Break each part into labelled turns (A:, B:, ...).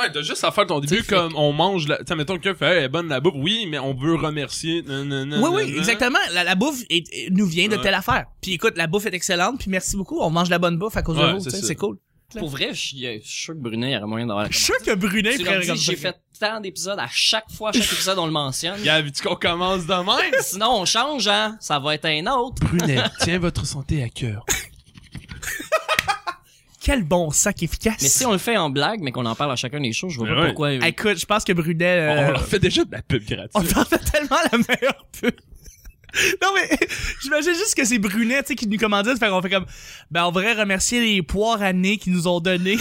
A: Ouais, t'as juste à faire ton début
B: Tu sais,
A: comme on mange la. Tu sais, mettons que quelqu'un fait, Hey, elle est bonne la bouffe. Oui, mais on veut remercier. Nan, nan, nan,
B: Oui,
A: nan,
B: oui,
A: nan.
B: exactement. La, la bouffe est- est- nous vient de
A: Ouais.
B: telle affaire. Puis écoute, la bouffe est excellente, puis merci beaucoup. On mange de la bonne bouffe à cause
A: Ouais,
B: de vous,
A: c'est
B: tu sais,
A: ça.
B: c'est cool.
C: Pour vrai, je suis euh, je suis sûr que Brunet il aurait moyen d'avoir la
B: Je suis sûr que Brunet
C: Tu leur
B: ferait
C: dis,
B: comme ça.
C: J'ai fait tant d'épisodes, à chaque fois, à chaque épisode, on le mentionne.
A: Gab, tu qu'on commence demain?
C: Sinon, on change, hein? Ça va être un autre.
A: Brunet, tiens votre santé à cœur.
B: Quel bon sac efficace.
C: Mais si on le fait en blague, mais qu'on en parle à chacun des choses, je vois
A: Mais
C: pas
A: ouais.
C: pourquoi. euh,
B: Écoute, je pense que Brunet...
A: On
B: euh,
A: leur fait déjà de la pub gratuite.
B: On t'en fait tellement la meilleure pub. Non mais j'imagine juste que c'est Brunet tu sais qui nous commandite fait qu'on fait comme ben on devrait remercier les poires années qui nous ont donné.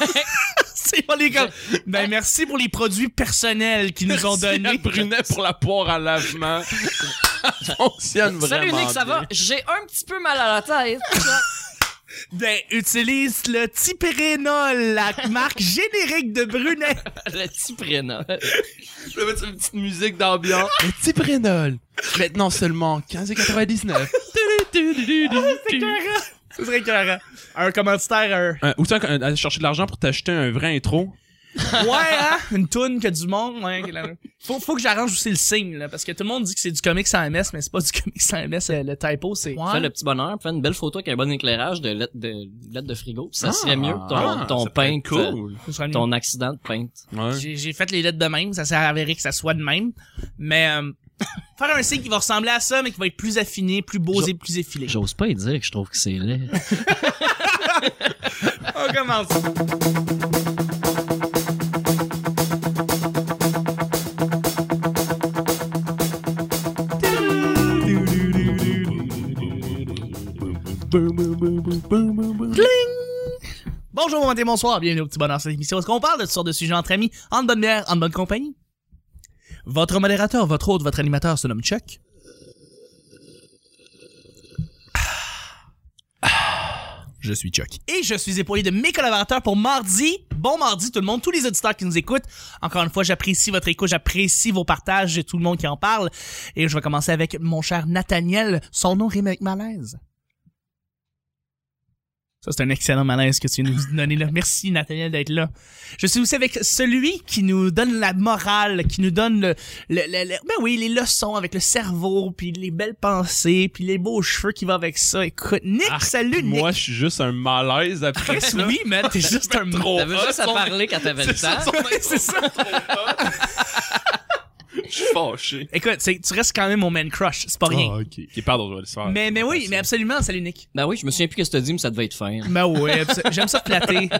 B: c'est on est comme ben merci pour les produits personnels qu'ils nous ont
A: Merci à
B: donnés.
A: Brunet pour la poire à lavement. ça fonctionne
C: Salut
A: vraiment.
C: Nick, ça va?
A: bien.
C: J'ai un petit peu mal à la tête.
B: Ben utilise le Tipérénol, la marque générique de Brunet.
C: le petit prénom.
A: Je vais mettre une petite musique d'ambiance. Le petit Brénol. Maintenant seulement 15,99.
C: Ah,
B: C'est écœurant. Ce serait écœurant. Un commanditaire,
A: Euh, ou ça, quand- aller chercher de l'argent pour t'acheter un vrai intro.
B: un... Ouais, hein? Une toune que du monde. Ouais, que la- faut, faut que j'arrange aussi le signe, là, parce que tout le monde dit que c'est du comics sans MS, mais c'est pas du comics sans MS. euh, Le typo, c'est...
C: Fais le petit bonheur, fais une belle photo avec un bon éclairage de lettres de, lettres de frigo. puis Ça serait mieux que ton,
A: ah,
C: ton
A: ça peut être
C: paint, euh,
A: Cool.
B: Ce serait mieux.
C: ton accident de peinte.
A: Ouais.
B: J'ai j'ai fait les lettres de même, ça s'est avéré que ça soit de même. Mais euh, faire un signe qui va ressembler à ça, mais qui va être plus affiné, plus beau
C: Je-
B: et plus effilé.
C: J'ose pas y dire que je trouve que c'est laid.
B: On commence. Bonjour, bon matin, bonsoir, bienvenue au petit bonheur cette émission. Est-ce qu'on parle de toutes sortes de sujets entre amis, en bonne bière, en bonne compagnie? Votre modérateur, votre hôte, votre animateur se nomme Chuck. Je suis Chuck. Et je suis épaulé de mes collaborateurs pour mardi. Bon mardi tout le monde, tous les auditeurs qui nous écoutent. Encore une fois, j'apprécie votre écoute, j'apprécie vos partages et tout le monde qui en parle. Et je vais commencer avec mon cher Nathaniel. Son nom rime avec malaise. Ça, c'est un excellent malaise que tu viens de nous donner là. Merci, Nathaniel, d'être là. Je suis aussi avec celui qui nous donne la morale, qui nous donne le, le, le- le- ben oui, les leçons avec le cerveau, puis les belles pensées, puis les beaux cheveux qui vont avec ça. Écoute, Nick,
A: Arc,
B: salut, Nick.
A: Moi, je suis juste un malaise après
B: Chris,
A: ça.
B: oui, man, t'es juste un
A: Trop
C: T'avais
A: hot,
C: juste à
A: son-
C: parler quand t'avais le
A: C'est ça,
C: temps.
A: son intro.
B: c'est ça.
A: Je suis fâché.
B: Écoute, c'est- tu restes quand même mon man crush, c'est pas rien.
A: Ah, ok. Ok, pardon, je vais le faire.
B: mais, mais oui, mais absolument, salut Nick.
C: Ben oui, je me souviens plus que c'était dit, mais ça devait être fin.
B: Ben oui, abso- j'aime ça flatter.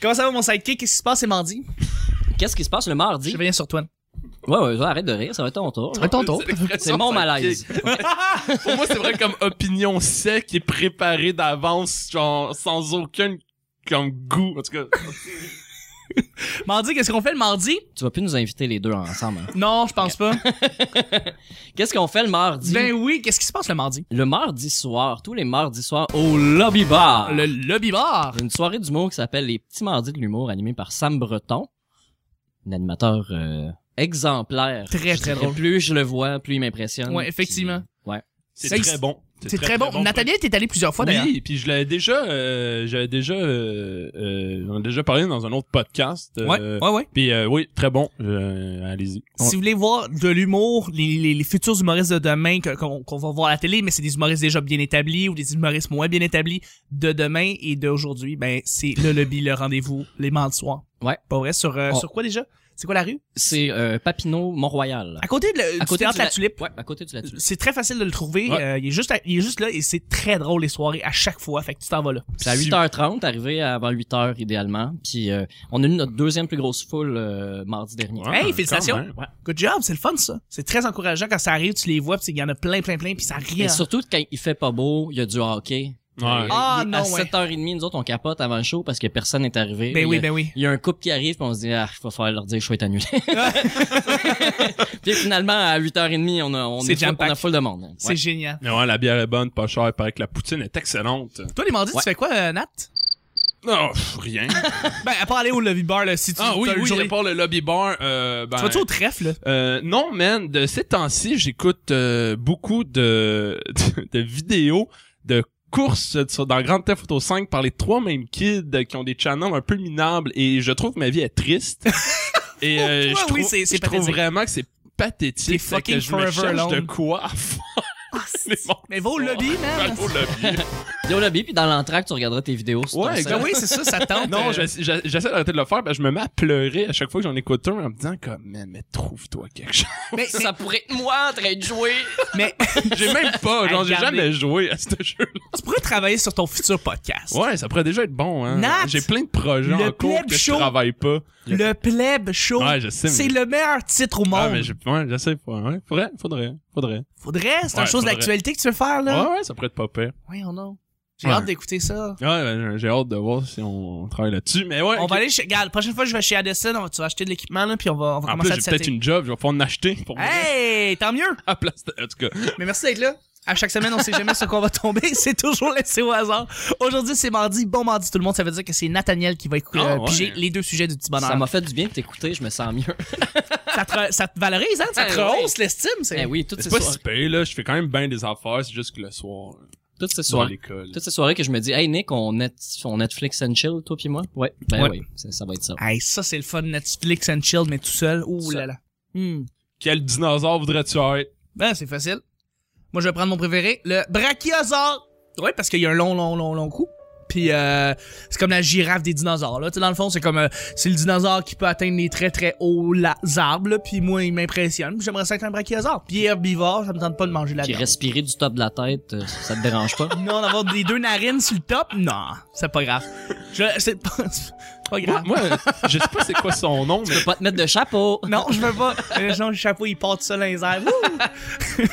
B: Comment ça va mon sidekick? Qu'est-ce qui se passe? C'est mardi.
C: Qu'est-ce qui se passe le
B: Je
C: mardi?
B: reviens sur toi.
C: Ouais, ouais, ouais, arrête de rire, ça va être ton tour.
B: tonton.
A: C'est l'expression
C: C'est mon
A: sidekick.
C: malaise.
A: Pour moi, c'est vrai comme opinion sec et préparée d'avance, genre, sans aucun comme goût. En tout cas,
B: Mardi, qu'est-ce qu'on fait le mardi?
C: Tu vas plus nous inviter les deux ensemble. hein.
B: Non, je pense pas.
C: Qu'est-ce qu'on fait le mardi?
B: Ben oui, qu'est-ce qui se passe le mardi?
C: Le mardi soir, tous les mardis soirs, au Lobby Bar.
B: Le lobby bar.
C: Une soirée d'humour qui s'appelle Les Petits Mardis de l'humour, animée par Sam Breton, un animateur euh, exemplaire.
B: Très,
C: Je
B: très
C: dirais,
B: drôle.
C: Plus je le vois, plus il m'impressionne.
B: Ouais, effectivement.
C: Puis, ouais.
A: c'est
B: Ça,
A: très bon.
B: C'est très, bon. Nathaniel, t'es allé plusieurs fois d'ailleurs.
A: Oui, puis je l'avais déjà, euh, j'avais déjà, euh, euh, j'en ai déjà parlé dans un autre podcast. euh,
B: ouais, ouais, ouais.
A: Puis euh, oui, très bon. Euh, Allez-y.
B: Si vous voulez voir de l'humour, les, les, les futurs humoristes de demain que- qu'on qu'on va voir à la télé, mais c'est des humoristes déjà bien établis ou des humoristes moins bien établis de demain et d'aujourd'hui, ben c'est le lobby, le rendez-vous, les mardis soirs.
C: Ouais.
B: Pas vrai? Sur, euh,
C: On-
B: sur quoi déjà? C'est quoi la rue?
C: C'est euh, Papineau Mont-Royal.
B: À côté de le- du théâtre
C: du
B: La
C: la-
B: Tulipe.
C: Ouais, à côté du la Tulipe.
B: C'est très facile de le trouver.
A: Ouais.
B: euh, il, est juste à- il est juste là et c'est très drôle les soirées à chaque fois. Fait que tu t'en vas là.
C: C'est à
A: Si-
C: 8h30, arrivé avant 8h idéalement. Puis euh, on a eu notre deuxième plus grosse foule euh, mardi dernier.
A: Ouais,
B: Hey,
A: quand
B: félicitations.
A: même. Ouais.
B: Good job, c'est le fun ça. C'est très encourageant quand ça arrive, tu les vois, puis il y en a plein, plein, plein, puis ça
C: Et
B: rien.
C: surtout quand il fait pas beau, il y a du hockey. Euh,
A: Ouais.
B: Ah,
C: Il-
B: non,
C: à
B: ouais.
C: 7h30, nous autres, on capote avant le show parce que personne n'est arrivé.
B: Ben
C: Il
B: oui,
C: y a-
B: ben oui.
C: Il y a un couple qui arrive, puis on se dit, ah, va falloir leur dire, je vais être annulé. puis finalement, à 8h30, on a, on
B: C'est
C: est full,
B: jam-pack.
C: on a full de monde.
B: C'est
C: Ouais.
B: génial.
A: Mais ouais, la bière est bonne, pas chère, il paraît que la poutine est excellente.
B: Toi les mardis,
C: Ouais.
B: tu fais quoi, euh, Nat?
A: Non, Oh, pff, rien.
B: Ben, à part aller au lobby bar, là, si tu
A: ah oui,
B: t'as une
A: oui,
B: journée-
A: à part le lobby bar, euh, ben...
B: Tu vas-tu au trèfle, là?
A: Euh, non, man, de ces temps-ci, j'écoute euh, beaucoup de, de, de vidéos de course sur- dans Grand Theft Auto 5 par les trois mêmes kids qui ont des channels un peu minables et je trouve que ma vie est triste. et euh,
B: Pour
A: je,
B: toi,
A: trouve,
B: oui, c'est- c'est
A: je trouve
B: pathétique.
A: vraiment que c'est pathétique.
B: C'est
A: Fait que
B: fucking
A: je me
B: forever
A: cherche de
B: alone.
A: quoi à faire les monstres.
B: Mais va au lobby, man.
A: Au lobby.
C: Yo, lobby, puis dans l'entracte, tu regarderas tes vidéos sur
A: Ouais,
C: ton
A: exact.
B: Ben oui, c'est ça, ça tente.
A: Non,
B: euh,
A: j'essa- j'a- j'essaie d'arrêter de le faire, ben je me mets à pleurer à chaque fois que j'en écoute un en me disant comme man, mais trouve-toi quelque chose.
B: mais,
C: Ça pourrait être moi en train de jouer.
B: mais, mais
A: J'ai même pas, genre j'ai
B: Regardez.
A: jamais joué à ce jeu.
B: tu pourrais travailler sur ton futur podcast.
A: Ouais, ça pourrait déjà être bon hein.
B: Nat,
A: J'ai plein de projets
B: le
A: en cours
B: pleb
A: que je
B: show.
A: travaille pas.
B: Le pleb show.
A: Ouais, je sais. mais-
B: c'est le meilleur titre au
A: Ah
B: monde.
A: mais je ouais, je sais pas. Ouais, faudrait, faudrait, faudrait.
B: Faudrait, c'est
A: Ouais,
B: une chose
A: faudrait.
B: d'actualité que tu veux faire, là.
A: Ouais ouais, ça pourrait être pas pire.
B: Oui, on a. J'ai
A: Ouais.
B: hâte d'écouter ça.
A: Ouais, ben, j'ai- j'ai hâte de voir si on travaille là-dessus, mais ouais.
B: On
A: ok.
B: va aller chez. Regarde, la prochaine fois que je vais chez Addison, on va, tu vas acheter de l'équipement, là, puis on va, on va
A: En
B: commencer
A: plus,
B: à
A: j'ai
B: te
A: peut-être
B: setter.
A: une job, je vais pouvoir en acheter pour vrai,
B: Hey, tant mieux!
A: à la place de- en tout cas.
B: Mais merci d'être là. À chaque semaine, on sait jamais sur quoi on va tomber. C'est toujours laissé au hasard. Aujourd'hui, c'est mardi. Bon mardi, tout le monde. Ça veut dire que c'est Nathaniel qui va écouter,
A: Ah,
B: euh,
A: ouais.
B: piger les deux sujets du petit bonheur.
C: Ça m'a fait du bien de t'écouter, je me sens mieux.
B: Ça te, ça te valorise, hein? Ça te
C: Eh oui.
B: rehausse l'estime. C'est...
C: Eh oui, toutes ces,
A: C'est pas
C: soir-
A: si pire, là, je fais quand même bien des affaires, c'est juste que le soir
C: toutes
A: dans
C: ces soirées.
A: l'école.
C: Toutes ces soirées que je me dis, hey Nick, on, net... on Netflix and chill, toi puis moi? Ouais. Ben
B: Ouais.
C: oui, ça, ça va être ça.
B: Hey, ça, c'est le fun Netflix and chill, mais tout seul. Ouh là
C: Ça.
B: là. Hmm.
A: Quel dinosaure voudrais-tu être?
B: Ben, c'est facile. Moi, je vais prendre mon préféré, le brachiosaure. Ouais, parce qu'il y a un long, long, long, long cou. Puis euh, c'est comme la girafe des dinosaures. Là. Tu sais, dans le fond, c'est comme euh, c'est le dinosaure qui peut atteindre les très très hauts la- arbres. là. Puis moi, il m'impressionne. Puis J'aimerais ça être un brachiosaure. Puis herbivore, ça me tente pas de manger la
C: Puis
B: viande.
C: respirer du top de la tête, euh, ça te dérange pas?
B: Non, d'avoir des deux narines sur le top, non, c'est pas grave. Je, c'est pas, c'est pas
A: Moi,
B: grave.
A: moi, je sais pas c'est quoi son nom, mais
C: Faut pas te mettre de chapeau!
B: Non, je veux pas. Euh, non, le chapeau, il porte ça dans les airs. Wouh!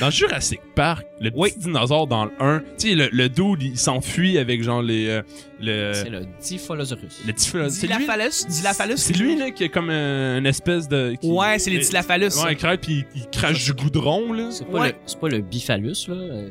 A: dans Jurassic Park, le petit
B: Oui.
A: dinosaure dans le 1, tu sais, le, le dude, il s'enfuit avec genre les... euh,
C: C'est
A: le...
C: le Diphalosaurus.
A: Le Diphilus- c'est lui,
B: Dilaphalus, Dilaphalus.
A: C'est lui, là, qui est comme euh, une espèce de... qui-
B: Ouais, c'est les Dilaphalus.
A: Ouais, il craque, puis il, il crache du goudron, là.
C: C'est pas,
B: Ouais.
C: le... c'est pas le Biphalus, là. euh,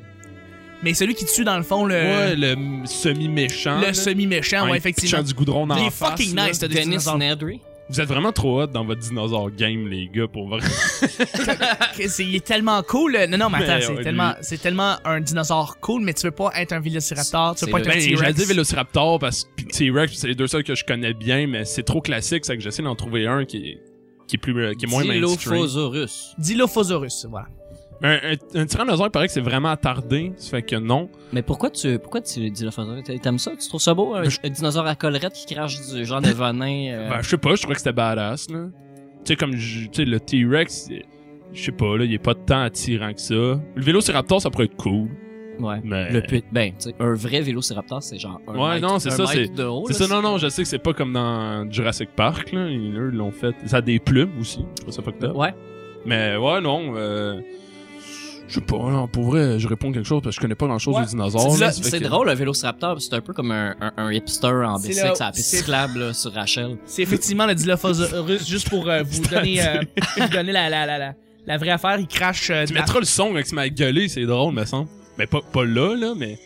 B: Mais celui qui tue, dans le fond, le,
A: Ouais, le semi-méchant.
B: le
A: là.
B: semi-méchant, ouais,
A: il pitchant
B: effectivement.
A: du goudron dans
B: Il
A: la
B: est
A: face,
B: fucking
A: là.
B: nice, t'as des
C: Dennis
B: dinosaures.
C: Nedry.
A: Vous êtes vraiment trop hot dans votre dinosaure game, les gars, pour vrai.
B: C'est- Il est tellement cool. euh, Non, non, mais
A: Mais,
B: attends,
A: ouais,
B: c'est tellement, c'est tellement un dinosaure cool, mais tu veux pas être un vélociraptor, tu veux
C: C'est
B: pas
C: le-
B: être un
A: Ben, j'allais dire
B: T-Rex.
A: Vélociraptor parce que pis T-Rex, c'est les deux seuls que je connais bien, mais c'est trop classique, c'est que j'essaie d'en trouver un qui est, qui est plus, euh, qui est moins mainstream.
C: Dilophosaurus.
B: Dilophosaurus, voilà.
A: Un, un, un tyrannosaure, il paraît que c'est vraiment attardé, ça fait que non.
C: Mais pourquoi tu, pourquoi tu Dilophosaurus? T'a- T'aimes ça? Tu trouves ça beau? Un, un dinosaure à collerette qui crache du genre de venin. euh,
A: Ben, je sais pas, je trouvais que c'était badass, là. Tu sais, comme, je- tu sais, le T-Rex, c'est- je sais pas, là, il est pas tant attirant que ça. Le Vélociraptor, ça pourrait être cool,
C: ouais.
A: mais...
C: Le put, ben, tu sais, un vrai vélociraptor, c'est genre un
A: Ouais,
C: mètre-
A: non, c'est
C: un
A: ça,
C: mètre de haut,
A: C'est
C: là,
A: ça, non, non, je sais que c'est pas comme dans Jurassic Park, là. Ils, eux, l'ont fait. Ça a des plumes aussi. Je trouve ça fucked up.
C: Ouais.
A: Mais ouais, non, euh, Je sais pas, là, pour vrai, je réponds quelque chose parce que je connais pas grand chose
B: Ouais.
A: aux dinosaures.
C: C'est-
A: là, ça fait
C: C'est
A: que-
C: drôle, un vélociraptor, c'est un peu comme un, un, un hipster en
B: C'est
C: bicycle
B: là-
C: à la piste
B: c'est-
C: cyclable là, sur Rachel.
B: C'est effectivement le Dilophosaurus, juste pour euh, vous donner, euh, vous donner la, la, la, la, la vraie affaire. Il crache. euh,
A: Tu
B: de la-
A: mettras le son quand tu m'as gueulé, c'est drôle, me semble. Mais pas, pas là, là, mais.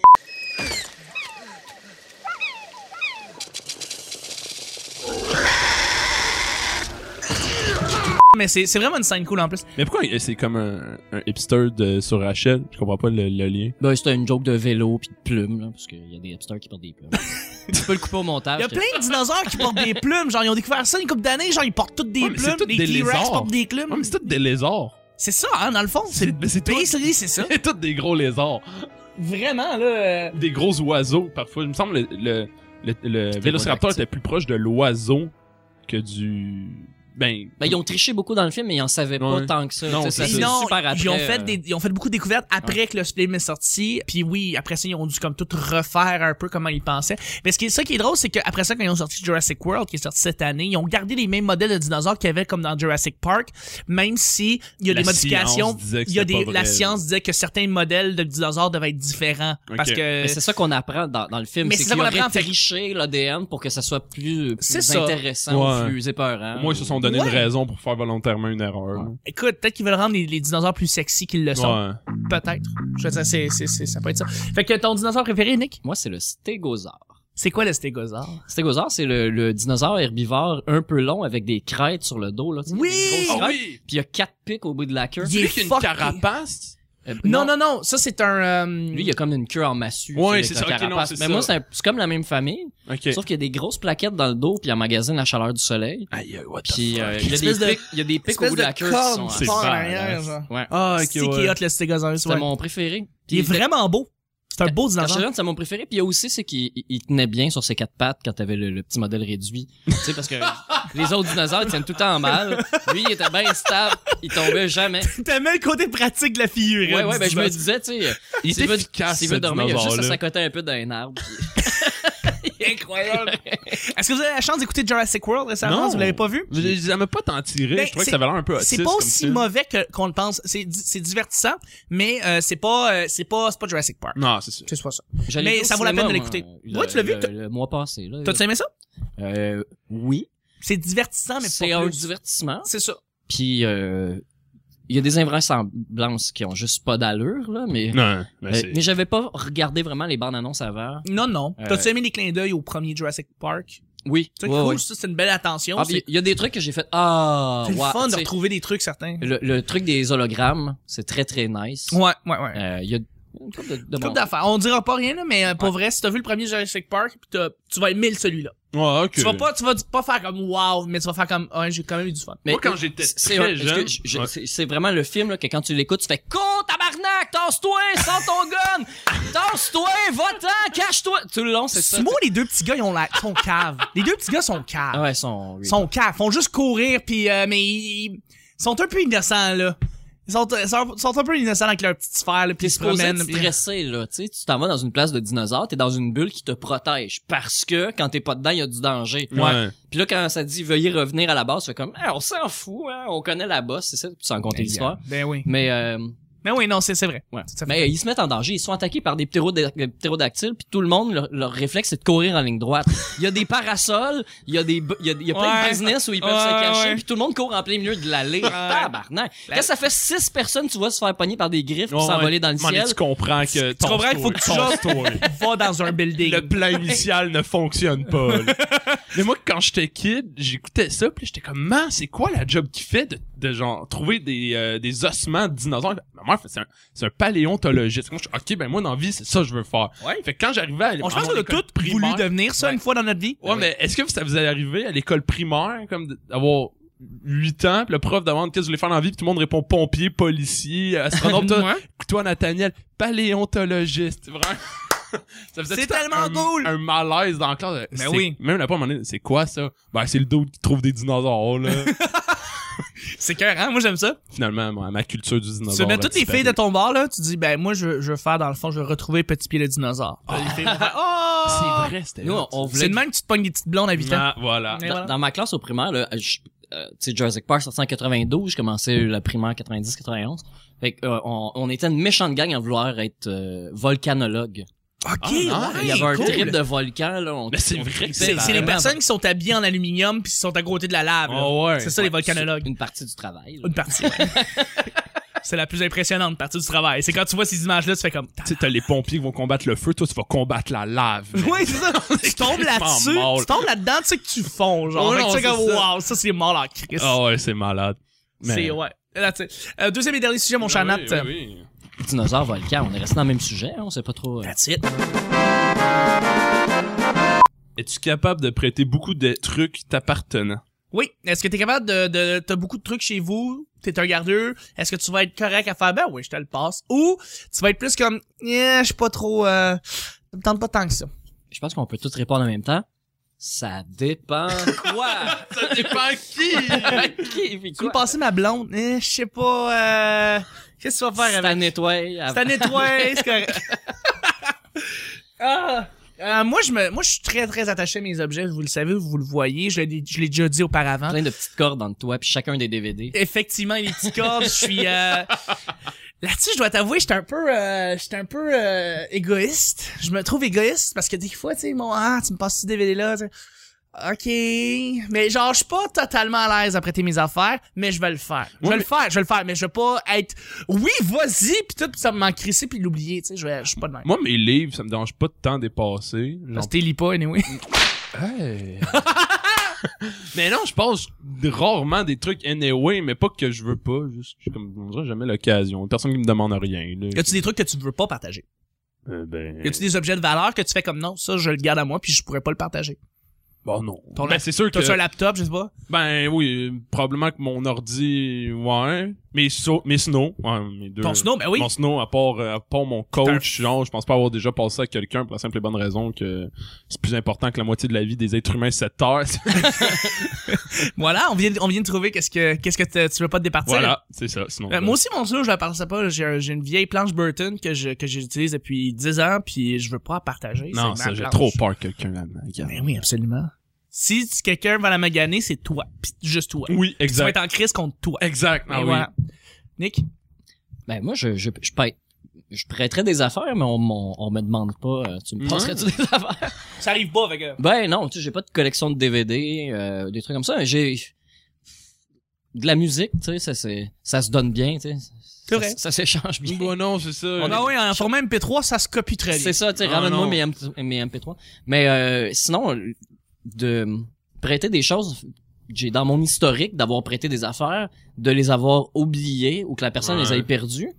B: Mais c'est c'est vraiment une scène cool en plus.
A: Mais pourquoi il- c'est comme un, un hipster de, sur Rachel Je comprends pas le, le lien.
C: Ben, c'était une joke de vélo puis de plumes, là, parce qu'il y a des hipsters qui portent des plumes. tu peux le couper au
A: Ah,
B: Il
C: montage.
B: y a
C: t'es-
B: plein de dinosaures qui portent des plumes. Genre, ils ont découvert ça une couple d'années. Genre, ils portent toutes des
A: Ouais, mais c'est
B: plumes.
A: tous
B: Les
A: des
B: T-Rex
A: lézards.
B: portent des plumes.
A: Non, Ah, mais c'est tout des lézards.
B: C'est ça, hein, dans le fond. C'est
A: C'est mais c'est tout.
B: pays, c'est ça.
A: C'est tout des gros lézards.
B: Vraiment, là. euh,
A: Des gros oiseaux, parfois. Il me semble le, le, le, le vélociraptor
C: radioactif.
A: était plus proche de l'oiseau que du. Ben.
C: Ben, ils ont triché beaucoup dans le film, mais ils en savaient
A: Ouais.
C: pas tant que ça.
A: Non,
C: Tu sais,
A: c'est
C: ça
A: ça.
C: s'est
B: non,
C: super après,
B: ils ont
C: euh,
B: fait des, ils ont fait beaucoup de découvertes après que le film est sorti. Puis oui, après ça, ils ont dû comme tout refaire un peu comment ils pensaient. Mais ce qui est ça qui est drôle, c'est qu'après ça, quand ils ont sorti Jurassic World, qui est sorti cette année, ils ont gardé les mêmes modèles de dinosaures qu'il y avait comme dans Jurassic Park, même si il y a
A: La
B: des modifications.
A: science disait que
B: Il y a
A: c'était
B: des,
A: pas
B: la
A: vrai.
B: science disait que certains modèles de dinosaures devaient être différents
A: Ok.
B: parce que
C: Mais c'est ça qu'on apprend dans, dans le film.
B: Mais
C: C'est
B: c'est ça
C: qu'ils
B: qu'on
C: auraient
B: apprend, fait-
C: triché l'ADN pour que ça soit plus, plus
B: C'est ça.
C: intéressant,
A: Ouais.
C: plus épeurant.
A: Au moins, ils se sont donné
B: Ouais.
A: une raison pour faire volontairement une erreur.
C: Ouais.
B: écoute, peut-être qu'ils veulent rendre les, les dinosaures plus sexy qu'ils le sont.
A: Ouais.
B: Peut-être. Je veux dire, c'est, c'est, c'est- ça peut être ça. Fait que ton dinosaure préféré, Nick,
C: Moi, c'est le stégosaure.
B: c'est quoi le stégosaure?
C: Stégosaure, c'est le, le dinosaure herbivore un peu long avec des crêtes sur le dos. Là, tu sais,
B: Oui!
C: des grosses
A: Ah
C: crêtes,
A: oui!
C: Puis il y a quatre pics au bout de la queue.
B: Il
A: Tu
B: est
A: sais qu'il y a une
B: fucké.
A: carapace?
C: Euh,
B: Non, non, non, ça c'est un. euh,
C: Lui, il a comme une queue en massue.
A: Ouais,
C: tu sais,
A: c'est
C: avec
A: ça.
C: la
A: Ok, non,
C: carapace.
A: c'est
C: Mais
A: ça.
C: Ben, moi, c'est un- c'est comme la même famille,
A: Ok.
C: sauf qu'il y a des grosses plaquettes dans le dos, puis il emmagasine la chaleur du soleil.
A: Aïe, aïe, what the
C: Puis
A: fuck?
C: euh, il, y a des
B: Espèce de-
C: pics, il y a des pics au
B: espèce
C: bout de la
B: de
C: queue
B: corne
A: qui
C: qui sont euh,
A: sort
C: en
A: en
B: arrière, genre.
C: Ouais.
A: Ah, ok,
B: C'est qui
A: ouais.
B: hot le Stegosaurus,
C: C'était
B: ouais.
C: mon préféré. Puis
B: Il est
C: était-
B: vraiment beau. C'est un beau
C: Quand j'étais
B: dinosaure.
C: jeune, c'est mon préféré. Puis il y a aussi, c'est qu'il il- il tenait bien sur ses quatre pattes quand t'avais le, le petit modèle réduit. tu sais, parce que les autres dinosaures, ils tiennent tout le temps mal. Lui, il était bien stable. Il tombait jamais.
B: T'aimais le côté pratique de la figurine.
C: Ouais, ouais, ben je me
B: dis.
C: disais, tu sais,
A: Il
C: s'il
A: était
C: veut,
A: efficace,
C: s'il
A: ce
C: veut dormir, il a juste à
A: dinosaure-là.
C: s'accoter un peu dans un arbre. puis-
B: Incroyable. Est-ce que vous avez la chance d'écouter Jurassic World récemment?
A: Non.
B: Si vous l'avez pas vu?
A: Je- je- Ça m'a pas tant tiré.
B: Ben,
A: je trouvais
B: c'est-
A: que ça avait l'air
C: bah,
A: un peu autiste.
B: C'est pas
A: comme
B: aussi
A: film.
B: mauvais que- qu'on le pense. C'est di- c'est divertissant, mais euh, c'est pas euh, c'est pas c'est pas Jurassic Park.
A: Non, c'est ça.
B: C'est pas ça.
C: Je l'ai
B: Mais
C: vu au
B: ça vaut la
C: cinéma,
B: peine de
C: moi,
B: l'écouter.
C: le-
B: Ouais, tu l'as vu,
C: le-
B: t'as-
C: Le mois passé, là.
B: T'as-tu aimé ça?
C: Euh, oui.
B: C'est divertissant, mais
C: C'est
B: pas
C: un
B: plus.
C: divertissement.
B: C'est ça.
C: Puis, euh, il y a des invraisemblances qui ont juste pas d'allure, là, mais...
A: Non, mais
C: Euh,
A: c'est-
C: mais j'avais pas regardé vraiment les bandes annonces avant.
B: Non, non.
C: Euh,
B: T'as-tu aimé les clins d'œil au premier Jurassic Park?
C: Oui. Ah,
B: Tu sais, cool, ça, c'est une belle attention. c'est
C: il y a des trucs que j'ai fait. Ah,
B: c'est le
C: wow,
B: fun
C: tu
B: de
C: sais,
B: retrouver des trucs certains.
C: le, le truc des hologrammes, c'est très très nice.
B: Ouais, ouais, ouais.
C: Euh, Il y a une couple de, de
B: Coupe
C: bons-
B: d'affaires. On dira pas rien, là, mais euh, pour
C: Ouais.
B: vrai, si t'as vu le premier Jurassic Park, pis t'as- tu vas aimer le celui-là.
A: Ouais, ok.
B: Tu vas pas, tu vas pas faire comme wow, mais tu vas faire comme ouais, j'ai quand même eu du fun.
C: Mais
A: Moi, quand j'étais
C: c'est-
A: très
C: c'est-
A: jeune-
C: est-ce que je- je-
A: Ouais.
C: c'est- C'est vraiment le film là, que quand tu l'écoutes, tu fais Con tabarnak, tasse-toi, sors ton gun, tasse-toi, va-t'en, cache-toi. Tout le long, c'est ça.
B: Moi, les deux petits gars, ils ont la, sont caves. les deux petits gars sont caves.
C: Ah ouais, son. oui.
B: sont caves. Font juste courir, puis euh, mais ils, ils sont un peu innocents là. Ils sont, ils sont, ils sont un peu innocents avec leur petite sphère, là, puis
C: T'es
B: ils se
C: supposé
B: promènent.
C: être
B: puis-
C: stressé, là. Tu sais, tu t'en vas dans une place de dinosaures, t'es dans une bulle qui te protège. Parce que quand t'es pas dedans, il y a du danger.
A: Ouais.
C: Puis là, quand ça dit veuillez revenir à la base, tu fais comme, Eh, on s'en fout, hein, on connaît la bosse, c'est ça, tu sans compter l'histoire.
B: Ben oui.
C: Mais, euh,
B: Ben oui, non, c'est c'est vrai.
C: ouais.
B: Ça fait-
C: Mais euh, ils se mettent en danger, ils sont attaqués par des ptéroda- euh, ptérodactyles, puis tout le monde, leur, leur réflexe, c'est de courir en ligne droite. Il y a des parasols, il y a des, bu- il y a, il y a plein
B: Ouais.
C: de business où ils peuvent
B: Ouais,
C: se cacher,
B: ouais.
C: puis tout le monde court en plein milieu de l'allée. Tabarnak.
B: La-
C: Quand ça fait six personnes, tu vois se faire pogner par des griffes, puis
A: Ouais,
C: s'envoler
A: ouais.
C: dans le
A: Mais
C: ciel.
A: Tu comprends que.
B: Tu comprends qu'il faut que tu
A: ton
B: jases.
A: story.
B: Va dans un building.
A: Le plan initial ne fonctionne pas. là. Mais moi, quand j'étais kid, j'écoutais ça, puis j'étais comme, man, c'est quoi la job qu'il fait de, de, genre trouver des, euh, des ossements de dinosaures? Ma mère, fait, c'est un, c'est un paléontologiste. Moi, je suis, ok, ben moi, dans la vie, c'est ça que je veux faire.
B: Ouais.
A: Fait que quand j'arrivais à
B: On je pense qu'on a tous
A: pris
B: voulu devenir ça une fois dans notre vie.
A: Ouais, mais est-ce que ça vous est arrivé à l'école primaire, comme d- d'avoir 8 ans, puis le prof demande qu'est-ce que vous voulez faire dans la vie, puis tout le monde répond pompier, policier, astronaute, Toi,
B: Ouais.
A: toi Nathaniel, paléontologiste, vraiment. Ça faisait
B: C'est
A: tout le temps
B: tellement
A: un-
B: cool!
A: Un malaise dans la classe.
B: Ben
A: C'est-
B: oui.
A: Même la première année, c'est quoi ça? Ben, c'est le dos qui trouve des dinosaures, là.
B: C'est cœur, hein? Moi, j'aime ça.
A: Finalement, ma, ma culture du dinosaure.
B: Tu mets
A: a
B: toutes les
A: disparu.
B: filles de ton bord, là. Tu dis, ben, moi, je, veux- je veux faire, dans le fond, je veux retrouver Petit Pied le dinosaure. Les filles vont faire, Oh!
A: Ah! C'est vrai, c'était
C: Nous, on,
A: hot.
C: on voulait
B: C'est de même que tu te pognes des petites blondes à 8 ans.
A: Ah, voilà.
B: Mais
C: dans,
B: voilà.
C: dans ma classe au primaire, là, je, euh, tu sais, Jurassic Park sorti en 92, je commençais la primaire en 90-91. Fait que, euh, on, on était une méchante gang à vouloir être euh, volcanologue.
B: Ok,
A: Ah,
B: ouais,
C: Il y avait un
B: cool.
C: trip de volcan, là. on-
A: Mais c'est
C: on
A: vrai
C: tripait
A: que
B: C'est c'est les
C: vraiment.
B: personnes qui sont habillées en aluminium puis qui sont à côté de la lave. là.
A: Oh, ouais.
B: C'est ça, les volcanologues.
C: Une partie du travail. là.
B: Une partie. ouais. c'est la plus impressionnante partie du travail. C'est quand tu vois ces images-là, tu fais comme.
A: Tu sais, t'as les pompiers qui vont combattre le feu, toi, tu vas combattre la lave.
B: Oui, c'est ça. tu tombes là-dessus,
A: mort,
B: tu tombes là-dedans, tu sais que tu fonds, genre.
A: Oh
B: Fait que
A: non,
B: tu
A: c'est
B: sais comme,
A: ça.
B: wow, ça c'est mort en crise.
A: Ah ouais, c'est malade. Mais-
B: C'est, ouais. Là, tu sais. Euh, deuxième et dernier sujet, mon chat
A: Ah
B: Nat.
A: oui, oui, oui.
C: Dinosaure, volcan. On est resté dans le même sujet, hein, on sait pas trop. euh.
B: That's it.
A: Es-tu capable de prêter beaucoup de trucs t'appartenant?
B: Oui. Est-ce que t'es capable de, de t'as beaucoup de trucs chez vous? T'es un gardeux. Est-ce que tu vas être correct à faire? Ben oui, je te le passe. Ou tu vas être plus comme, eh, je suis pas trop, euh, ça me tente pas tant que ça.
C: Je pense qu'on peut tous répondre en même temps. Ça dépend quoi?
A: Ça dépend qui!
C: Qui, puis
B: Tu veux me
C: quoi?
B: passer ma blonde? Eh, je sais pas, euh, qu'est-ce que tu vas
C: Si
B: faire avec?
C: t'as nettoyé avant-
B: C'est à nettoyer, c'est correct. ah. Euh, moi, je me, moi, je suis très, très attaché à mes objets. Vous le savez, vous le voyez. Je l'ai, je l'ai déjà dit auparavant.
C: plein de petites cordes entre toi puis chacun des DVD.
B: Effectivement, les petits cordes, je suis, euh, là-dessus, je dois t'avouer, j'étais un peu, euh, j'étais un peu, euh, égoïste. Je me trouve égoïste parce que des fois, tu sais, mon, ah, tu me passes ce DVD-là, tu sais. OK. Mais genre, je suis pas totalement à l'aise à prêter mes affaires, mais je vais le faire. Je vais
A: Ouais,
B: le faire, je vais le faire, mais je vais pas être, oui, vas-y, pis tout, pis ça m'en crisser pis l'oublier, tu sais, je vais, je suis pas de même.
A: Moi, mes livres, ça me dérange pas de temps dépasser.
B: Parce que t'es lis pas, anyway.
A: Hey. mais non, je passe rarement des trucs anyway, mais pas que je veux pas. Juste, je suis comme, on dirait jamais l'occasion. Personne qui me demande rien. Là.
B: Y a-tu des trucs que tu ne veux pas partager?
A: Euh, ben...
B: Y a-tu des objets de valeur que tu fais comme non, ça, je le garde à moi puis je pourrais pas le partager?
A: Bon, non.
B: Ton
A: ben,
B: lap-
A: c'est sûr que...
B: T'as-tu un laptop, je sais pas?
A: Ben oui, euh, probablement que mon ordi, ouais. Mes, so mes snow, ouais, mes deux...
B: Ton snow, ben oui.
A: Mon snow, à part, euh, à part mon coach, genre, je pense pas avoir déjà passé à quelqu'un pour la simple et bonne raison que c'est plus important que la moitié de la vie des êtres humains 7 heures.
B: Voilà, on vient, on vient de trouver qu'est-ce que, qu'est-ce que te- tu veux pas te départir.
A: voilà, c'est ça, sinon.
B: Euh, moi aussi, mon snow, je la partage pas. J'ai, un- j'ai une vieille planche Burton que, je, que j'utilise depuis 10 ans puis je veux pas la partager.
A: non,
B: C'est
A: ça,
B: ma
A: j'ai
B: planche.
A: trop peur que quelqu'un la me regarde.
B: Ben oui, absolument. Si tu- quelqu'un va la maganer, c'est toi. Pis juste toi.
A: Oui,
B: Tu vas
A: exact.
B: être en crise contre toi.
A: Exact, ah
B: Et
A: oui.
B: voilà. Nick?
C: Ben moi, je, je, je, paie- je prêterais des affaires, mais on, on, on me demande pas. euh, Tu me
A: Ouais.
C: passerais-tu des affaires?
B: Ça arrive pas avec
C: Ben non, tu sais, j'ai pas de collection de DVD, euh, des trucs comme ça. J'ai de la musique, tu sais, ça, c'est- ça se donne bien, tu sais.
B: C'est
C: Ça-
B: vrai.
C: Ça, s'échange bien.
A: Bon, bah non, c'est ça.
B: On a, Ah oui, en format MP3, ça se copie très bien.
C: C'est ça, tu sais,
A: Ah,
C: ramène-moi
A: non.
C: mes, MP- mes MP3. Mais euh, sinon, de prêter des choses, j'ai dans mon historique d'avoir prêté des affaires, de les avoir oubliées ou que la personne les
A: Ouais.
C: ait perdues,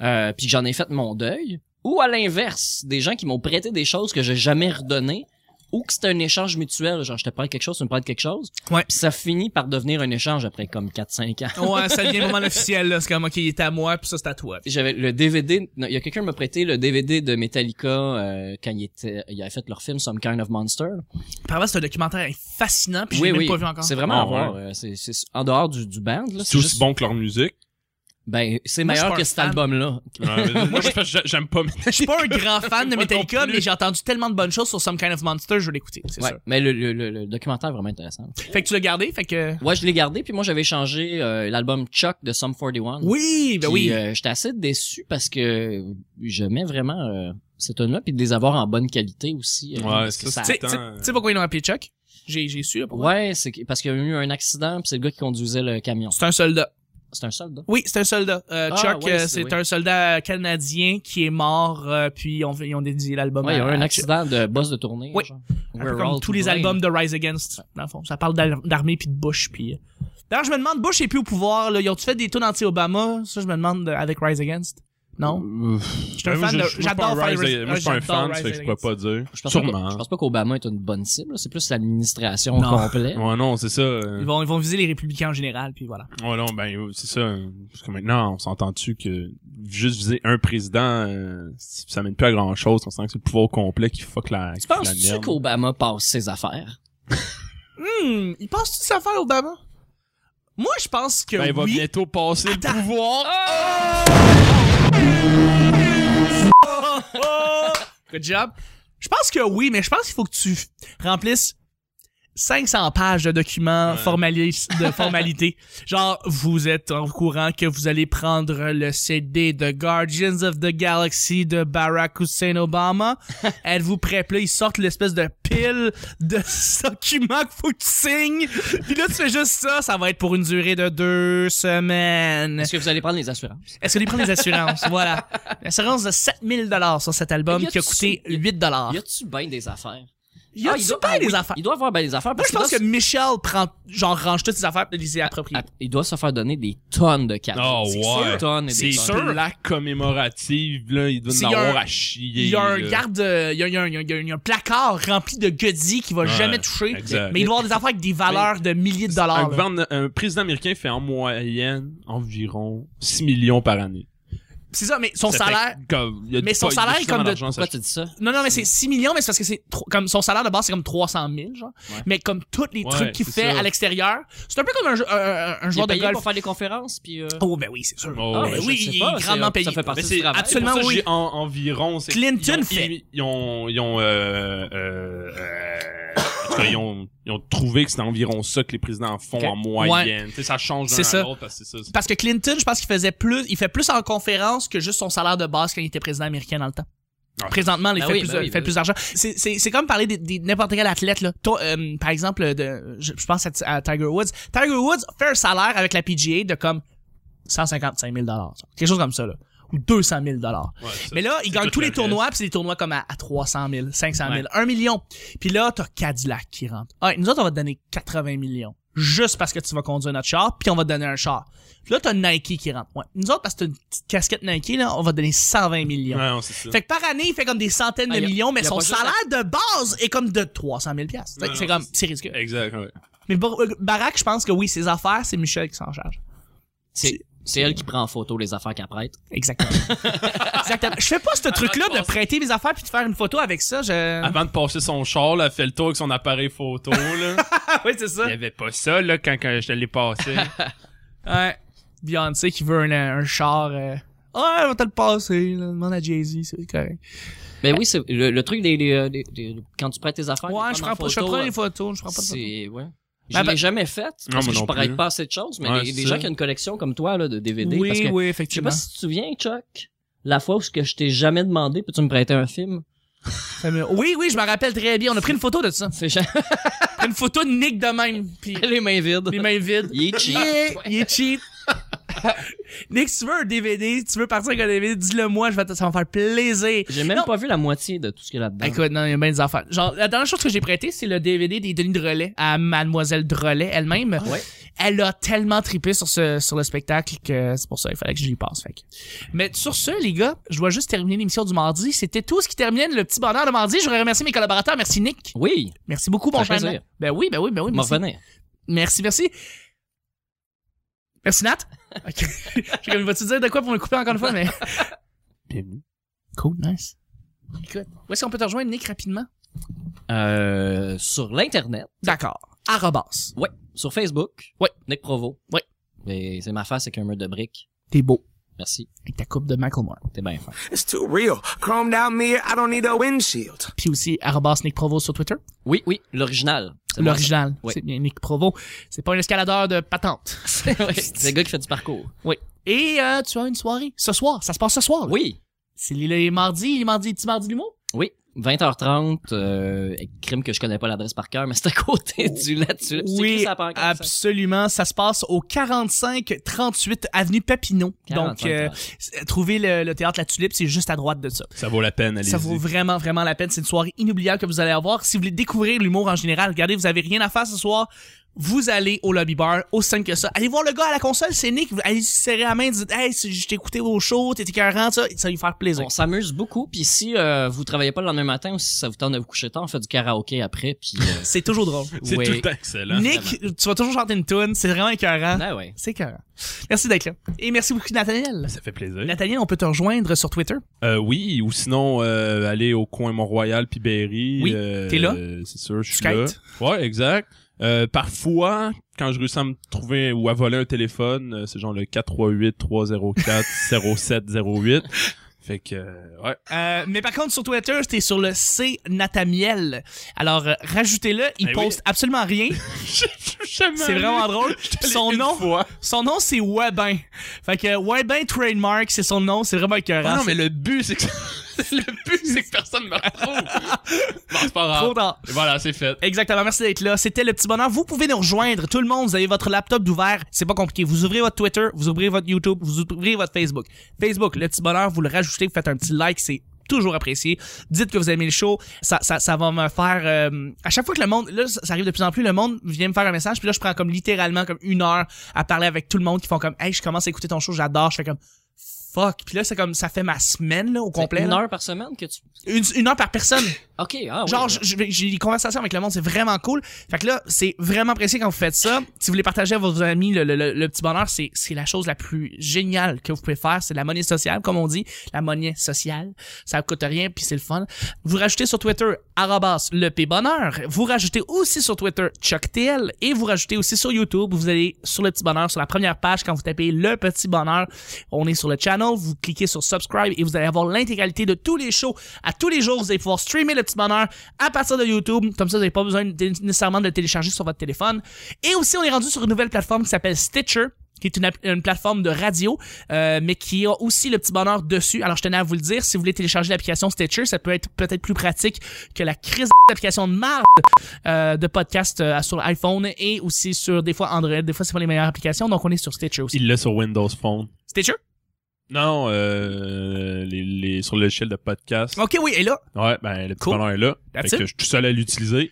C: euh, puis que j'en ai fait mon deuil. Ou à l'inverse, des gens qui m'ont prêté des choses que j'ai jamais redonnées ou que c'était un échange mutuel, genre je te prête quelque chose, tu me prêtes quelque chose.
B: Ouais.
C: Puis ça finit par devenir un échange après comme 4-5 ans.
B: Ouais, ça devient vraiment officiel, là. C'est comme, ok, il est à moi, puis ça, c'est à toi.
C: J'avais le DVD. non, Il y a quelqu'un qui m'a prêté le DVD de Metallica euh, quand il était, il avait fait leur film Some Kind of Monster.
B: Par là, c'est un documentaire fascinant, puis je
C: oui,
B: l'ai même
C: oui.
B: pas vu encore.
C: C'est vraiment
A: Ah,
C: à voir. euh, C'est, c'est en dehors du, du band. Là,
A: C'est aussi bon que leur musique.
C: Ben, c'est
B: Moi, je suis
C: meilleur
B: pas
C: que
B: un
C: cet
B: fan.
C: album-là.
A: moi, je- je- j'aime pas.
B: Je suis pas un grand fan de
A: Moi non
B: Metallica,
A: plus.
B: mais j'ai entendu tellement de bonnes choses sur Some Kind of Monster, je vais l'écouter, c'est
C: Ouais,
B: sûr.
C: mais le, le, le- le documentaire est vraiment intéressant.
B: Fait que tu l'as gardé, fait que...
C: Ouais, je l'ai gardé, puis moi j'avais changé euh, l'album Chuck de Sum 41.
B: Oui, ben
C: Puis,
B: oui.
C: euh, j'étais assez déçu parce que j'aimais vraiment euh, cette tune-là, puis de les avoir en bonne qualité aussi. euh,
A: Ouais,
C: parce que
A: ça,
B: Tu sais- tu sais
A: attends.
B: tu sais pourquoi ils l'ont appelé Chuck? J'ai j'ai su, là, pourquoi.
C: Ouais, c'est que- parce qu'il y a eu un accident, puis c'est le gars qui conduisait le camion.
B: C'est un soldat.
C: C'est un soldat.
B: Oui, c'est un soldat. Euh,
C: Ah,
B: Chuck,
C: ouais,
B: euh,
C: c'est-
B: c'est
C: oui.
B: un soldat canadien qui est mort, euh, puis on, ils ont dédié l'album
C: Ouais, il y a
B: à-
C: eu un
B: à
C: accident de boss de tournée.
B: Oui.
C: genre.
B: Un peu
C: We're
B: comme
C: all
B: tous
C: to
B: les
C: blame.
B: albums de Rise Against, dans le fond. Ça parle d'al- d'armée puis de Bush. Puis... euh. D'ailleurs, je me demande, Bush est plus au pouvoir. Là. Ils ont-tu fait des tunes anti-Obama? Ça, je me demande, de- avec Rise Against. Non? Je suis un
A: Ben, moi,
B: fan
A: je- je- moi,
B: de...
A: je suis
B: J'adore
A: pas un
B: Fire-
A: Rise- Moi, je suis pas un
B: j'adore
A: fan,
B: Rise
A: ça fait que je pourrais
B: Against.
A: pas dire.
C: Je pense,
A: Sûrement.
C: Pas, je pense pas qu'Obama est une bonne cible. là. C'est plus l'administration
B: Non.
C: complète.
A: Ouais, non, c'est ça.
B: Ils
A: euh,
B: vont, ils vont viser les républicains en général, puis voilà.
A: Ouais, non, ben, euh, c'est ça. euh, Parce que maintenant, on s'entend-tu que juste viser un président, euh, ça mène plus à grand-chose. On sent que c'est le pouvoir complet qui fuck la,
C: Tu
A: qui fait la
C: penses-tu
A: merde.
C: qu'Obama passe ses affaires?
B: Hmm, il pense-tu de ça faire, Obama? Moi, je pense que
A: Ben, il va
B: oui.
A: bientôt passer le
B: Attends. Ah,
A: pouvoir.
B: Good job. Je pense que oui, mais je pense qu'il faut que tu remplisses 500 pages de documents
A: Ouais.
B: formalis- de formalités. Genre, vous êtes au courant que vous allez prendre le CD de Guardians of the Galaxy de Barack Hussein Obama. Êtes-vous prêt? Puis là, ils sortent l'espèce de pile de documents qu'il faut que tu signes. Puis là, tu fais juste ça. Ça va être pour une durée de deux semaines.
C: Est-ce que vous allez prendre les assurances?
B: Est-ce que les prend des assurances? voilà. L'assurance de 7000 dollars sur cet album
C: Y a-tu-
B: qui a coûté 8 dollars.
C: Y a-tu bien des affaires?
B: Ah. Y a
C: Ah, il doit-
B: super
C: ah
B: des
C: oui,
B: affaires.
C: Il doit avoir bien des affaires.
B: Moi,
C: parce
B: je pense que
C: qu'il doit
B: Michel prend, genre, range toutes ses affaires et les approprie.
C: se- ah, Il doit se faire donner des tonnes de
A: Ah,
C: cadeaux. C'est
A: ouais.
C: Des tonnes et des
A: C'est
C: tonnes.
A: sûr. La commémorative, là, il doit
B: C'est
A: en avoir
B: un-
A: à chier.
B: Il y a un
A: là.
B: garde, euh, il y a, il y a un- il y a un- il y a un placard rempli de goodies qu'il va
A: Ouais,
B: jamais toucher.
A: exact.
B: Mais il doit avoir des affaires avec des valeurs de milliers de
A: un,
B: dollars. là.
A: gouverne- un président américain fait en moyenne environ 6 millions par année.
B: C'est ça, mais son
A: Ça fait
B: salaire.
A: comme- il y a
B: Mais
A: du-
B: son
A: pas- il y a
B: salaire est
A: justement
B: comme de-
A: l'argent, ça-
C: Pourquoi tu dis ça?
B: Non, non, mais c'est 6 millions, mais c'est parce que c'est trop- comme son salaire de base, c'est comme 300 000, genre.
C: Ouais.
B: Mais comme tous les
A: Ouais,
B: trucs qu'il
A: c'est
B: fait
A: ça.
B: à l'extérieur, c'est un peu comme un, jeu- un- un- un
C: Il est
B: joueur de
C: payé
B: golf.
C: pour faire des conférences, puis... euh,
B: Oh, ben oui, c'est sûr.
A: Oh,
C: ah,
A: ouais.
B: ben
C: je
B: oui,
C: sais
B: il est
C: pas,
B: grandement
C: ça
B: payé.
C: fait
A: Mais
C: partie
A: c'est
C: du travail.
B: absolument-
A: pour ça que
B: oui.
A: j'ai en- environ. c'est-
B: Clinton
A: ils ont-
B: fait.
A: Ils, ils ont, ils ont, euh, euh, euh, en tout cas, ils ont, ils ont trouvé que c'était environ ça que les présidents font
C: Ok.
A: en moyenne. Tu sais, ça change d'un
B: C'est ça.
A: à l'autre parce que c'est ça.
B: Parce que Clinton, je pense qu'il faisait plus, il fait plus en conférence que juste son salaire de base quand il était président américain dans le temps.
A: Ouais.
B: Présentement, il
C: Ben
B: fait,
C: oui,
B: plus,
C: ben oui,
B: il fait
C: ben
B: plus d'argent. C'est- C'est c'est comme parler des- des- n'importe quel athlète là. Toi, euh, par exemple, de, je, je pense à, à Tiger Woods. Tiger Woods fait un salaire avec la PGA de comme 155 000 dollars, quelque chose comme ça là. 200 000 dollars.
A: Ouais, ça,
B: Mais là,
A: c'est
B: ils gagnent
A: tout
B: tous
A: le
B: les
A: reste.
B: tournois, puis c'est des tournois comme à, à 300 000, 500 000,
A: Ouais.
B: 1 million. Puis là, t'as Cadillac qui rentre. Ah, nous autres, on va te donner 80 millions. Juste parce que tu vas conduire notre char, puis on va te donner un char. Puis là, t'as Nike qui rentre. Ouais. Nous autres, parce que t'as une petite casquette Nike, là, on va te donner 120 millions.
A: Ouais, non, c'est ça.
B: Fait que par année, il fait comme des centaines de
C: Ah, y a-
B: millions, mais
C: y a
B: son
C: pas juste
B: salaire de base est comme de 300 000 piastres. Fait que
A: Non,
B: C'est
A: non,
B: comme, c'est risqué.
A: Exact, ouais.
B: Mais Bar- euh, Barack, je pense que oui, ses affaires, c'est Michel qui s'en charge.
C: C'est c'est elle qui prend en photo les affaires qu'elle prête.
B: Exactement. Exactement. Je fais pas ce truc-là de prêter mes affaires puis de faire une photo avec ça. Je...
A: Avant de passer son char, là, elle fait le tour avec son appareil photo, là.
B: Ah oui, c'est ça.
A: Il y avait pas ça, là, quand, quand je te l'ai passé.
B: Ouais. Beyoncé qui veut un, un char. euh, Ah, on va te le passer. là. Demande à Jay-Z, c'est correct.
C: Ben oui, c'est le, le truc des, euh, des- des- des- quand tu prêtes tes affaires,
B: Ouais,
C: les
B: je
C: Ah, prendre
B: prends pas,
C: en
B: je
C: photo,
B: prends les
C: euh,
B: photos, je prends pas de photos.
C: C'est ouais. Je
B: Ben,
C: l'ai
B: ben-
C: jamais faite
A: Non, moi
C: parce que je
A: non
C: prête
A: plus.
C: pas assez de choses, mais
A: Ouais,
C: des,
A: c'est
C: des gens
A: ça.
C: qui ont une collection comme toi là, de DVD. parce
B: Oui,
C: que,
B: oui,
C: Je sais pas
B: effectivement.
C: si tu te souviens, Chuck, la fois où ce que je t'ai jamais demandé, peux-tu me prêter un film?
B: Ça me- Oui, oui, je me rappelle très bien. On a pris une photo de ça.
C: C'est jamais
B: On a pris une photo de Nick de même. Puis
C: les mains vides.
B: les mains vides. Ah!
C: Il est cheap.
B: Yeah, il est cheap. Nick, si tu veux un DVD, si tu veux partir avec un DVD, dis-le moi, je vais te, ça va me faire plaisir.
C: J'ai même
B: Non.
C: pas vu la moitié de tout ce qu'il y a là-dedans.
B: Écoute, non, il y a bien des affaires. Genre, la dernière chose que j'ai prêtée, c'est le DVD des Denis Drolet à Mademoiselle Drolet elle-même.
C: ouais.
B: Elle a tellement trippé sur ce, sur le spectacle que c'est pour ça qu'il fallait que j'y passe. Fait. que- Mais sur ce, les gars, je dois juste terminer l'émission du mardi. C'était tout ce qui terminait le petit bonheur de mardi. Je voudrais remercier mes collaborateurs. Merci Nick.
C: Oui,
B: Merci beaucoup, mon
C: Ça fait
B: cher.
C: plaisir.
B: Nat. Ben oui, ben oui, ben oui.
C: m'en
B: merci.
C: revenir.
B: Merci, merci. Merci, Nat. Ok. J'ai comme, vas-tu dire de quoi pour me couper encore une fois, mais.
A: Bienvenue.
B: Cool, nice. Écoute, où est-ce qu'on peut te rejoindre, Nick, rapidement?
C: Euh, sur l'Internet.
B: D'accord. Arrobas.
C: Ouais. Sur Facebook.
B: Ouais.
C: Nick Provo.
B: Ouais.
C: Et c'est ma face avec un mur de briques.
B: T'es beau.
C: Merci.
B: Avec ta coupe de Macklemore.
C: T'es bien fin.
D: It's too real. Chromed out mirror, I don't need a windshield.
B: Puis aussi, arrobas Nick Provo sur Twitter.
C: Oui, oui, l'original. C'est bon,
B: L'original.
C: Ouais.
B: C'est bien Nick Provo. C'est pas un escaladeur de patente.
C: ça. Ouais, c'est le gars qui fait du parcours.
B: Oui. Et euh, tu as une soirée. Ce soir. Ça se passe ce soir. là.
C: Oui.
B: C'est les, les mardis, les mardis, les petits mardis de l'humour.
C: Oui, 20h30, euh, crime que je connais pas l'adresse par cœur, mais c'est à côté
B: Oh.
C: du la tulipe. C'est écrit sur la pancarte, ça.
B: absolument. Ça se passe au 45-38 avenue Papineau.
C: 45,
B: Donc, euh, s- trouver le, le théâtre La Tulipe, c'est juste à droite de ça.
A: Ça vaut la peine, allez-y.
B: Ça vaut vraiment, vraiment la peine. C'est une soirée inoubliable que vous allez avoir. Si vous voulez découvrir l'humour en général, regardez, vous avez rien à faire ce soir. Vous allez au lobby bar, au simple que ça. Allez voir le gars à la console, c'est Nick. Vous allez lui serrer la main, dites, hey, si je t'ai écouté au show, t'es écœurant, ça. Ça va lui faire plaisir.
C: On s'amuse beaucoup, puis si euh, vous travaillez pas le lendemain matin ou si ça vous tente de vous coucher tard, on fait du karaoké après, puis euh,
B: C'est toujours drôle.
A: C'est
C: ouais.
A: tout le temps excellent.
B: Nick, tu vas toujours chanter une tune. C'est vraiment écœurant.
C: Ah ouais.
B: C'est écœurant. Merci d'être là. Et merci beaucoup, Nathaniel.
A: Ça fait plaisir.
B: Nathaniel, on peut te rejoindre sur Twitter.
A: Euh, oui, ou sinon, euh, aller au coin Mont-Royal puis Berry.
B: Oui,
A: euh,
B: t'es là?
A: euh, C'est sûr, je suis
B: Skate?
A: là. Ouais, exact. Euh, parfois, quand je réussis à me trouver ou à voler un téléphone, euh, c'est genre le 438-304-0708. Fait que, euh, ouais.
B: Euh, mais par contre, sur Twitter, c'était sur le C Nathaniel. Alors, euh, rajoutez-le. Il
A: Ben oui. Ben
B: poste absolument rien. C'est vraiment drôle. Son nom, son nom, c'est Webin. Fait que Webin Trademark, c'est son nom. C'est vraiment écœurant.
A: Ah non, mais le but, c'est que, le but, c'est que personne me retrouve. bon, c'est pas
B: C'est
A: grave.
B: trop tard.
A: Et voilà, c'est fait.
B: Exactement, merci d'être là. C'était le petit bonheur. Vous pouvez nous rejoindre. Tout le monde, vous avez votre laptop d'ouvert. C'est pas compliqué. Vous ouvrez votre Twitter, vous ouvrez votre YouTube, vous ouvrez votre Facebook. Facebook, le petit bonheur, vous le rajoutez, vous faites un petit like, c'est toujours apprécié. Dites que vous aimez le show. Ça, ça, ça va me faire... euh, à chaque fois que le monde... Là, ça ça arrive de plus en plus, le monde vient me faire un message, puis là, je prends comme littéralement comme une heure à parler avec tout le monde qui font comme « Hey, je commence à écouter ton show, j'adore. » Je fais comme « Fuck. » Puis là, c'est comme... Ça fait ma semaine, là, au complet.
C: Une
B: là.
C: heure par semaine que tu...
B: Une- une heure par personne.
C: OK, ah oui.
B: Genre, je- je vais- j'ai des conversations avec le monde, c'est vraiment cool. Fait que là, c'est vraiment apprécié quand vous faites ça. Si vous voulez partager à vos amis le, le- le- le petit bonheur, c'est c'est la chose la plus géniale que vous pouvez faire. C'est de la monnaie sociale, comme on dit. La monnaie sociale, ça coûte rien, puis c'est le fun. Vous rajoutez sur Twitter, arrobas, le P bonheur. Vous rajoutez aussi sur Twitter, ChuckTL. Et vous rajoutez aussi sur YouTube. Vous allez sur le petit bonheur, sur la première page, quand vous tapez le petit bonheur, on est sur le channel. Vous cliquez sur subscribe et vous allez avoir l'intégralité de tous les shows à tous les jours. Vous allez pouvoir streamer le petit bonheur à partir de YouTube. Comme ça, vous n'avez pas besoin de- nécessairement de le télécharger sur votre téléphone. Et aussi, on est rendu sur une nouvelle plateforme qui s'appelle Stitcher qui est une, app- une plateforme de radio, euh, mais qui a aussi le petit bonheur dessus. Alors, je tenais à vous le dire, si vous voulez télécharger l'application Stitcher, ça peut être peut-être plus pratique que la crise d'application de marde euh, de podcast euh, sur iPhone et aussi sur des fois Android. Des fois, c'est pas les meilleures applications, donc on est sur Stitcher aussi.
A: Il l'a sur Windows Phone.
B: Stitcher?
A: Non, euh, les, les, sur l'échelle de podcast.
B: Ok, oui, et là.
A: Ouais, ben, le petit
B: Cool.
A: bonheur est là.
B: That's
A: fait
B: it.
A: que je suis tout seul à l'utiliser,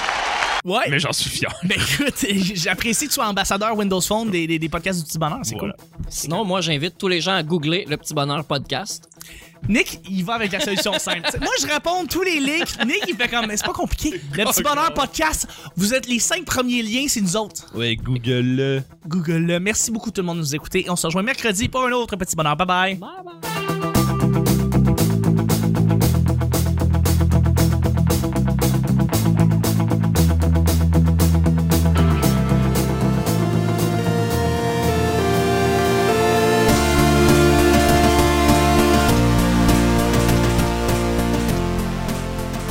B: Ouais.
A: mais j'en suis fier.
B: Ben écoute, j'apprécie que tu sois ambassadeur Windows Phone des, des, des podcasts du petit bonheur, c'est
A: Voilà.
C: Ben, Sinon, moi, j'invite tous les gens à googler le petit bonheur podcast.
B: cool. Nick, il va avec la solution simple. T'sais, moi, je réponds tous les links. Nick, il fait comme, mais c'est pas compliqué. Le petit bonheur podcast, vous êtes les cinq premiers liens, c'est nous autres.
A: Ouais, Google.
B: Google, le. merci beaucoup tout le monde de nous écouter. On se rejoint mercredi pour un autre petit bonheur. Bye bye.
C: Bye bye.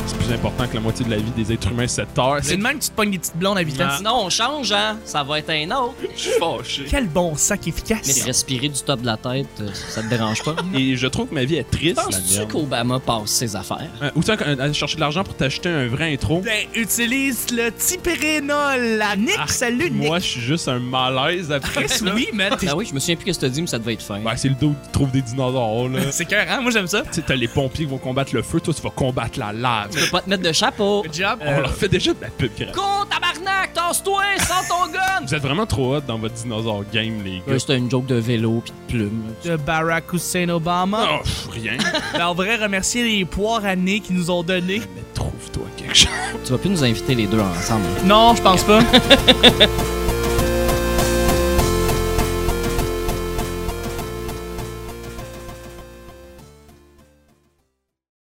A: C'est plus important que la moitié de la vie des êtres humains cette heure.
B: C'est
A: C'est
B: de même que tu te pognes des petites blondes à 8 ans.
C: Sinon, on change, hein? Ça va être un autre.
A: Je suis fâché.
B: Quel bon sac
C: Mais
B: efficace.
C: respirer du top de la tête, euh, ça te dérange pas?
A: Et je trouve que ma vie est triste. la
C: Penses-tu
A: mienne.
C: qu'Obama passe ses affaires?
A: Euh, ou tu aller chercher de l'argent pour t'acheter un vrai intro.
B: Ben, utilise le tipérénol. à Nick,
A: Ah,
B: salut Nick.
A: Moi, je suis juste un malaise après
B: Chris,
A: ça.
B: oui, man. t'es-
C: Ah oui, je me souviens plus que ce que t'as dit, mais ça devait être fin.
A: Ben, c'est le dos qui trouve des dinosaures, là.
B: C'est cœur, hein? Moi, j'aime ça.
A: Tu sais, t'as les pompiers qui vont combattre le feu, toi, tu vas combattre la lave.
C: Tu peux pas te mettre de chapeau.
B: Good job.
A: On leur fait déjà de la pub gratuite.
C: Con, tabarnak, tasse-toi, sors ton gun!
A: Vous êtes vraiment trop hot dans votre dinosaure game, les gars.
C: Ouais, C'était une joke de vélo pis de plume.
B: de Barack Hussein Obama.
A: Oh, pff, rien.
B: Ben, on devrait remercier les poires années qui nous ont donné.
A: Mais trouve-toi quelque chose.
C: Tu vas plus nous inviter les deux ensemble.
B: Non, je pense pas.